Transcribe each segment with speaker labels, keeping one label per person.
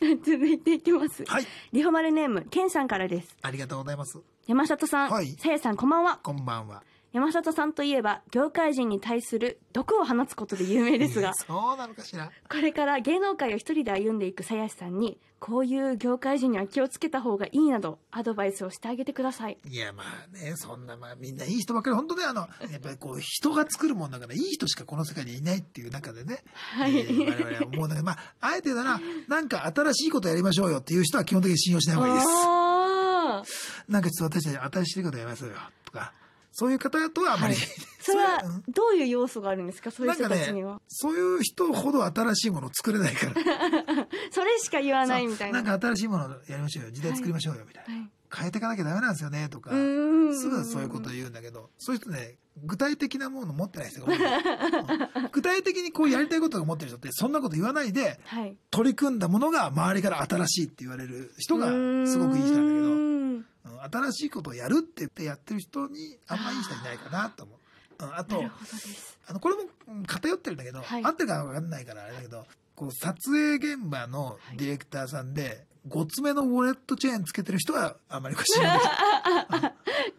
Speaker 1: 続いていきます。
Speaker 2: はい。
Speaker 1: リホマルネーム、ケンさんからです。
Speaker 2: ありがとうございます。
Speaker 1: 山里さん、
Speaker 2: はい
Speaker 1: せいさんこんばんは。
Speaker 2: こんばんは。、
Speaker 1: 山里さんといえば、業界人に対する毒を放つことで有名ですが
Speaker 2: そうなのかしら。
Speaker 1: これから芸能界を一人で歩んでいく鞘師さんに、こういう業界人には気をつけた方がいいなど、アドバイスをしてあげてください。
Speaker 2: いや、まあね、そんな、まあみんないい人ばっかり、本当ね、あの、やっぱりこう、人が作るもんだから、いい人しかこの世界にいないっていう中でね、
Speaker 1: はい
Speaker 2: えー我々は思うんだけど、まあ、あえてなら、なんか新しいことやりましょうよっていう人は基本的に信用しない方がいいです。
Speaker 1: ああ、
Speaker 2: なんかちょっと私たち新しいことやりましょうよとか、そういう方とはあまり、
Speaker 1: はいそれ
Speaker 2: それは
Speaker 1: はどういう要素があるんですか、そういう
Speaker 2: なん
Speaker 1: 人
Speaker 2: か
Speaker 1: たちに
Speaker 2: ね
Speaker 1: は。、
Speaker 2: そういう人ほど新しいものを作れないから。
Speaker 1: それしか言わ ないみたいな。
Speaker 2: んか新しいものやりましょうよ時代作りましょうよみたいな、
Speaker 1: はい
Speaker 2: 変えていかなきゃダメなんですよねとか
Speaker 1: う
Speaker 2: す
Speaker 1: ーん
Speaker 2: ぐそういうこと言うんだけどそういう人ね具体的なもの持ってない人が多い うん具体的にこうやりたいことを持ってる人ってそんなこと言わないで
Speaker 1: はい。
Speaker 2: 取り組んだものが周りから新しいって言われる人がすごくいい人なんだけ
Speaker 1: う
Speaker 2: ど
Speaker 1: ーん
Speaker 2: うん新しいことをやるって言ってやってる人にあんまいい人いないかなと思う。うんあ
Speaker 1: な
Speaker 2: と
Speaker 1: るほどです。
Speaker 2: あのこれもうん偏ってるんだけど、
Speaker 1: はい
Speaker 2: 合ってるか分かんないからあれだけどこう撮影現場のディレクターさんで、ごつめのウォレットチェーンつけてる人はあまりこう知らない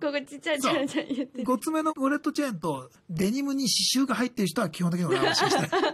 Speaker 1: ここちっちゃいちゃいちゃい言ってる。
Speaker 2: ごつめのウォレットチェーンとデニムに刺繍が入ってる人は基本的に俺は安心してない
Speaker 1: それは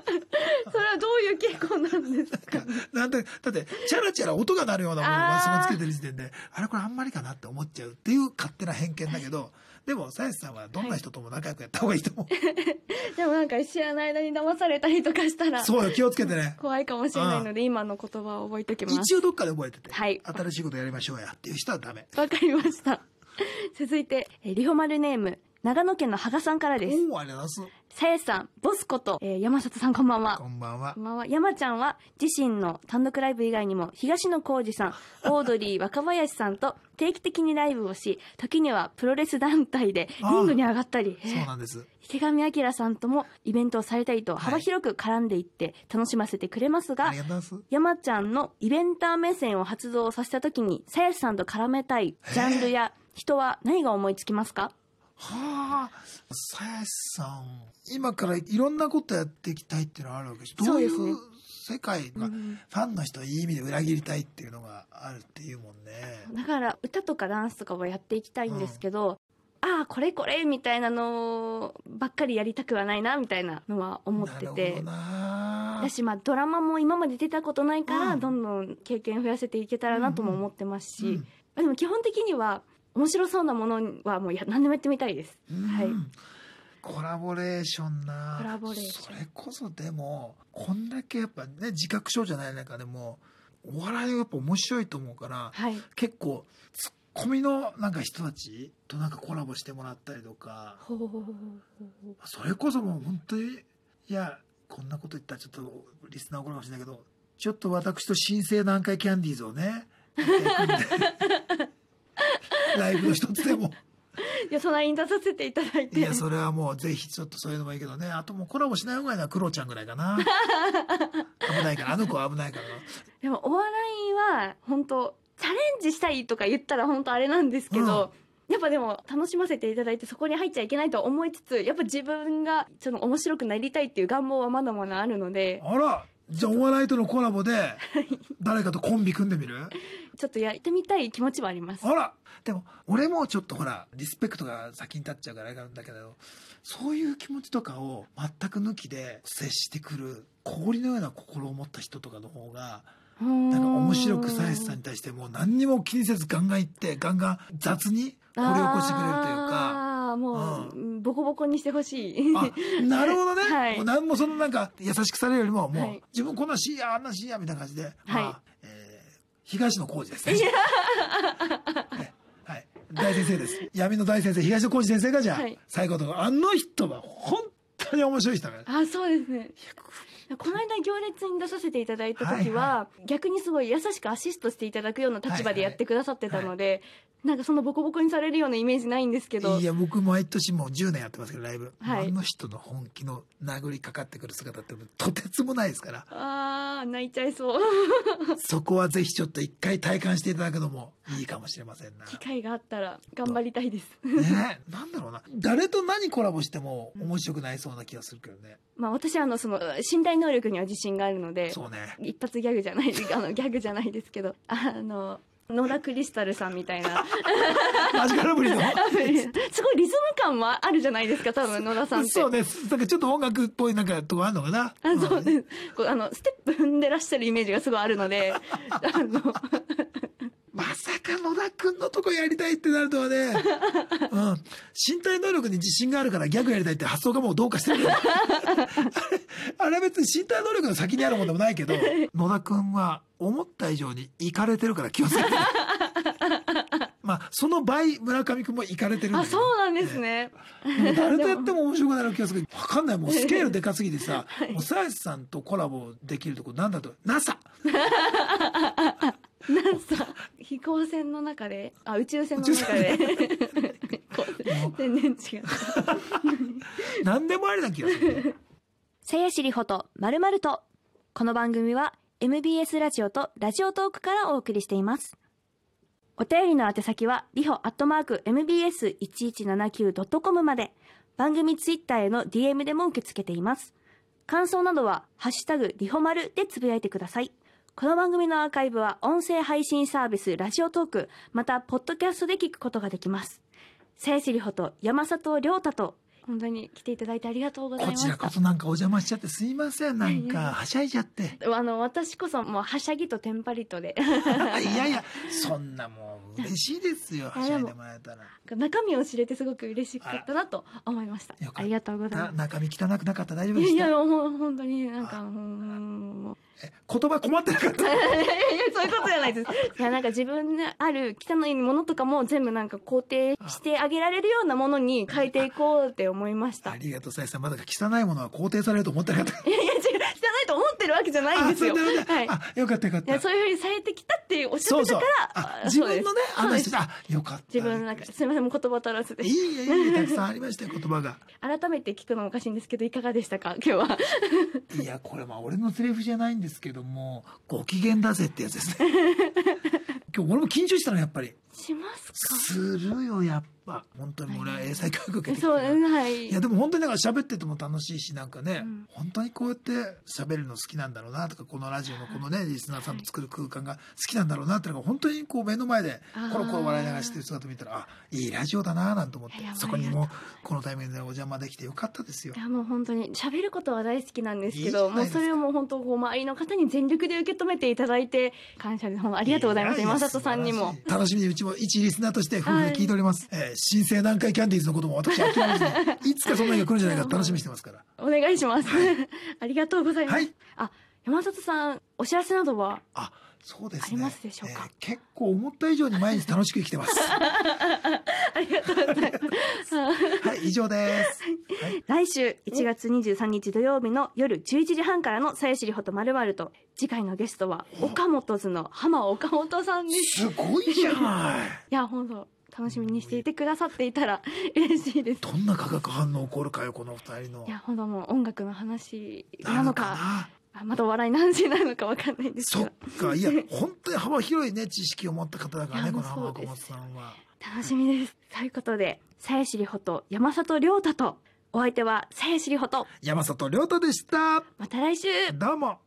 Speaker 1: どういう傾向なんです か。
Speaker 2: なんでだってチャラチャラ音が鳴るようなものを
Speaker 1: あー
Speaker 2: まあそこつけてる時点であれこれあんまりかなって思っちゃうっていう勝手な偏見だけどでも鞘師さんはどんな人とも仲良くやった方がいいと 思う、
Speaker 1: でもなんか知らない間に騙されたりとかしたら
Speaker 2: そうよ気をつけて ね
Speaker 1: 怖いかもしれないので今の言葉を覚えておきます。
Speaker 2: 一応どっかで覚えてて、
Speaker 1: はい
Speaker 2: 新しいことやりましょうやっていう人はダメ
Speaker 1: わかりました。 続いてえーリホマルネーム長野県の羽賀さんからです。
Speaker 2: おおありがとうござい
Speaker 1: さやさん、ボスこと、えー山里さんこんばん
Speaker 2: ます
Speaker 1: は
Speaker 2: こ。んばんは
Speaker 1: こんばんは。山ちゃんは自身の単独ライブ以外にも東野幸治さ ん、オードリー若林さんと定期的にライブをし、時にはプロレス団体でリングに上がったり、え
Speaker 2: そう
Speaker 1: ー
Speaker 2: なんです
Speaker 1: 池上彰さんともイベントをされたりと幅広く絡んでいって楽しませてくれますが、
Speaker 2: ありがとうございます
Speaker 1: 山ちゃんのイベンター目線を発動させた時に、さやしさんと絡めたいジャンルや人は何が思いつきますか
Speaker 2: はあさやしさん今からいろんなことやっていきたいっていうのはあるわけでしょ
Speaker 1: そ
Speaker 2: ど
Speaker 1: う
Speaker 2: うい
Speaker 1: ですね
Speaker 2: う世界が、
Speaker 1: うん
Speaker 2: ファンの人をいい意味で裏切りたいっていうのがあるっていうもんね
Speaker 1: だから歌とかダンスとかはやっていきたいんですけど、ああこれこれみたいなのばっかりやりたくはないなみたいなのは思って
Speaker 2: なるほ
Speaker 1: て
Speaker 2: ど。な
Speaker 1: だしまあドラマも今まで出たことないから、
Speaker 2: うん
Speaker 1: どんどん経験増やせていけたらなとも思ってますし、
Speaker 2: うん
Speaker 1: まあでも基本的には面白そうなものはもうや何でもやってみたいです。
Speaker 2: うん
Speaker 1: はい
Speaker 2: コラボレーションな
Speaker 1: コラボレーション
Speaker 2: それこそでもこんだけやっぱね自覚症じゃない中でもお笑いはやっぱ面白いと思うから、
Speaker 1: はい、
Speaker 2: 結構ツッコミのなんか人たちとなんかコラボしてもらったりとか
Speaker 1: ほうほうほうほうほう
Speaker 2: それこそもう本当にいやこんなこと言ったらちょっとリスナー怒るかもしれないけどちょっと私と新生南海キャンディーズをねやっていくんでライブの一つでも
Speaker 1: いや隣に出させていただい
Speaker 2: い
Speaker 1: て
Speaker 2: やそれはもうぜひちょっとそういうのもいいけどねあともうコラボしない方がいいのはクロちゃんぐらいかな危ないからあの子は危ないから
Speaker 1: でもお笑いは本当チャレンジしたいとか言ったら本当あれなんですけど、やっぱでも楽しませていただいてそこに入っちゃいけないとは思いつつやっぱ自分がその面白くなりたいっていう願望はまだまだあるので
Speaker 2: あらじゃあお笑いとのコラボで誰かとコンビ組んでみる
Speaker 1: ちょっとやってみたい気持ちはあります。
Speaker 2: あらでも俺もちょっとほらリスペクトが先に立っちゃうからあれなんだけどそういう気持ちとかを全く抜きで接してくる氷のような心を持った人とかの方が
Speaker 1: な
Speaker 2: なんか面白くサイスさんに対してもう何にも気にせずガンガン行ってガンガン雑に掘り起こしてくれるというか。
Speaker 1: ああもう、ボコボコにしてほしい。
Speaker 2: あなるほどね、
Speaker 1: はい
Speaker 2: もう何もそのなんか優しくされるよりももう、
Speaker 1: はい
Speaker 2: 自分こんなんしいやあんなんしいやみたいな感じで、
Speaker 1: はい
Speaker 2: まあえー東野浩二ですね。 ねはい大先生です闇の大先生東野浩二先生がじゃあ、
Speaker 1: はい
Speaker 2: 最後のとこあの人は本当に面白い人だから。
Speaker 1: あそうですねこの間行列に出させていただいた時は、
Speaker 2: は
Speaker 1: 逆にすごい優しくアシストしていただくような立場でやってくださってたので、なんかそのボコボコにされるようなイメージないんですけど
Speaker 2: いや僕毎年もう10年やってますけどライブ、
Speaker 1: はい
Speaker 2: あの人の本気の殴りかかってくる姿ってとてつもないですから
Speaker 1: あー泣いちゃいそう
Speaker 2: そこはぜひちょっと一回体感していただくのもいいかもしれませんな。
Speaker 1: 機会があったら頑張りたい です。
Speaker 2: ねえ、なんだろうな。誰と何コラボしても面白くなりそうな気がするけどね。
Speaker 1: まあ私はあのその身体能力には自信があるので、
Speaker 2: そうね。
Speaker 1: 一発ギャグじゃない あのギャグじゃないですけど、あの野田クリスタルさんみたい な
Speaker 2: マジカルブリの。
Speaker 1: 多分すごいリズム感はあるじゃないですか多分野田さんって。
Speaker 2: そうね。なんかちょっと音楽っぽいなんかとこあるのかな。
Speaker 1: あそう
Speaker 2: うん
Speaker 1: です。こうあのステップ踏んでらっしゃるイメージがすごいあるの で、あの
Speaker 2: まさか野田くんのとこやりたいってなるとはね。うん。身体能力に自信があるからギャグやりたいって発想がもうどうかしてるよね。あれあれは別に身体能力の先にあるもんでもないけど、野田くんは思った以上にイかれてるから気をつけて。まあ、その倍村上くんもイかれてるんだ
Speaker 1: あ
Speaker 2: けど
Speaker 1: そうなんですね。
Speaker 2: もう誰とやっても面白くなる気がする。わかんない。 もうスケールでかすぎてさ、もう鞘師さんとコラボできるとこなんだと。NASA!
Speaker 1: なんさ飛行船の中で、あ宇宙船の中で。 こう全然違う。
Speaker 2: 何でもありな気 がする。
Speaker 3: さやしりほとまるまると。この番組は MBS ラジオとラジオトークからお送りしています。お便りの宛先は、りほアットマーク MBS1179.com まで、番組ツイッターへの DM でも受け付けています。感想などは、ハッシュタグ、りほまるでつぶやいてください。この番組のアーカイブは、音声配信サービス、ラジオトーク、また、ポッドキャストで聞くことができます。さやしりほと山里亮太と、
Speaker 1: 本当に来ていただいてありがとうござい
Speaker 2: こ
Speaker 1: ま
Speaker 2: ちら
Speaker 1: し
Speaker 2: こ
Speaker 1: た。
Speaker 2: そなんかお邪魔しちゃってすいません。なんかはしゃいじ ゃって。
Speaker 1: あの私こそもうはしゃぎとテンパリとで
Speaker 2: いやいや、そんなもう嬉しいですよ。はしゃいでもらえたら。
Speaker 1: 中身を知れてすごく嬉しかったなと思いました
Speaker 2: あらよかった
Speaker 1: ありがとうござい
Speaker 2: な
Speaker 1: ま
Speaker 2: 中身汚くなかった大丈夫
Speaker 1: す
Speaker 2: で
Speaker 1: い
Speaker 2: した
Speaker 1: やいやもう本当になんかもう
Speaker 2: え言葉困ってなかった。
Speaker 1: いやいやいやそういうことじゃないですいやなんか自分にある汚いものとかも全部なんか肯定してあげられるようなものに変えていこうって思いました
Speaker 2: あ
Speaker 1: い
Speaker 2: りがとう、さやさん。まだか汚いものは肯定されると思ってなかった。
Speaker 1: やいや違う汚いと思ってるわけじゃないんですよ
Speaker 2: あ、そんなこと
Speaker 1: はい
Speaker 2: あ、よかったよかっ
Speaker 1: いや
Speaker 2: た。
Speaker 1: そういうふうにされてきたっておっしゃ
Speaker 2: そ
Speaker 1: っ
Speaker 2: う
Speaker 1: て
Speaker 2: そ
Speaker 1: た
Speaker 2: う
Speaker 1: か。
Speaker 2: あ
Speaker 1: ら
Speaker 2: 自分のね、あ
Speaker 1: そう
Speaker 2: の
Speaker 1: です
Speaker 2: 人、あ、よかった。
Speaker 1: 自分のなんかすみませんもう言葉足らずで
Speaker 2: いいえ、いいえ、たくさんありましたよ、言葉が。
Speaker 1: 改めて聞くのもおかしいんですけどいかがでしたか今日はい
Speaker 2: や、これまあ俺のセリフじゃないんですけども、ご機嫌だぜってやつです ね。今日俺も緊張したの、やっぱり。
Speaker 1: しますか
Speaker 2: するよ、やっぱ。本当に俺は英才教育受けてきて
Speaker 1: そう
Speaker 2: る
Speaker 1: はい
Speaker 2: いや、でも本当になんか喋ってても楽しいし、なんかね、
Speaker 1: うん
Speaker 2: 本当にこうやって喋るの好きなんだろうなとか、このラジオのこのね、リスナーさんと作る空間が好きなんだろうなってのが、本当にこう目の前で
Speaker 1: あー
Speaker 2: コロコロ笑いながらしてる姿見たら、あ、いいラジオだなぁなんて思って
Speaker 1: いやいや、
Speaker 2: そこにもこのタイミングでお邪魔できてよかったですよ
Speaker 1: い。やもう本当に喋ることは大好きなんですけ
Speaker 2: いい
Speaker 1: ど
Speaker 2: じゃない
Speaker 1: もう
Speaker 2: ですか
Speaker 1: それをもう本当こう周りの方に全力で受け止めていただいて感謝です本当あ
Speaker 2: あ
Speaker 1: りがとうございます山里さんにも。
Speaker 2: 楽しみにうちも一リスナーとして夫婦で聞いております。えー新生南海キャンディーズのことも私は諦めず に、いつかそんな日が来るんじゃないかって楽しみにしてますから。
Speaker 1: お願いします ありがとうございます、
Speaker 2: はい。
Speaker 1: 山里さんお知らせなどは
Speaker 2: あ、そうですね。
Speaker 1: ありますでしょうか
Speaker 2: えー結構思った以上に毎日楽しく生きてます。
Speaker 1: ありがとうございます
Speaker 2: はい、以上です。
Speaker 3: 来週1月23日土曜日の夜11時半からの「さやしりほとまるまると次回のゲストは岡本図の浜岡本さんです
Speaker 2: すごいじゃない。
Speaker 1: いや本当楽しみにしていてくださっていたら嬉しいです
Speaker 2: どんな化学反応起こるかよ、この二人の。
Speaker 1: いや本当もう音楽の話なのか
Speaker 2: な。
Speaker 1: あまたお笑いの話なのかわかんないんですけど
Speaker 2: そっか、いや、本当に幅広いね、知識を持った方だから
Speaker 1: い
Speaker 2: ね、
Speaker 1: や
Speaker 2: こ
Speaker 1: も
Speaker 2: の
Speaker 1: う
Speaker 2: 浜岡
Speaker 1: そう
Speaker 2: 本
Speaker 1: です
Speaker 2: さんは。
Speaker 3: 楽しみですということでさやしりほと山里亮太とお相手はさやしりほと
Speaker 2: 山里亮太でした。
Speaker 3: また来週
Speaker 2: どうも。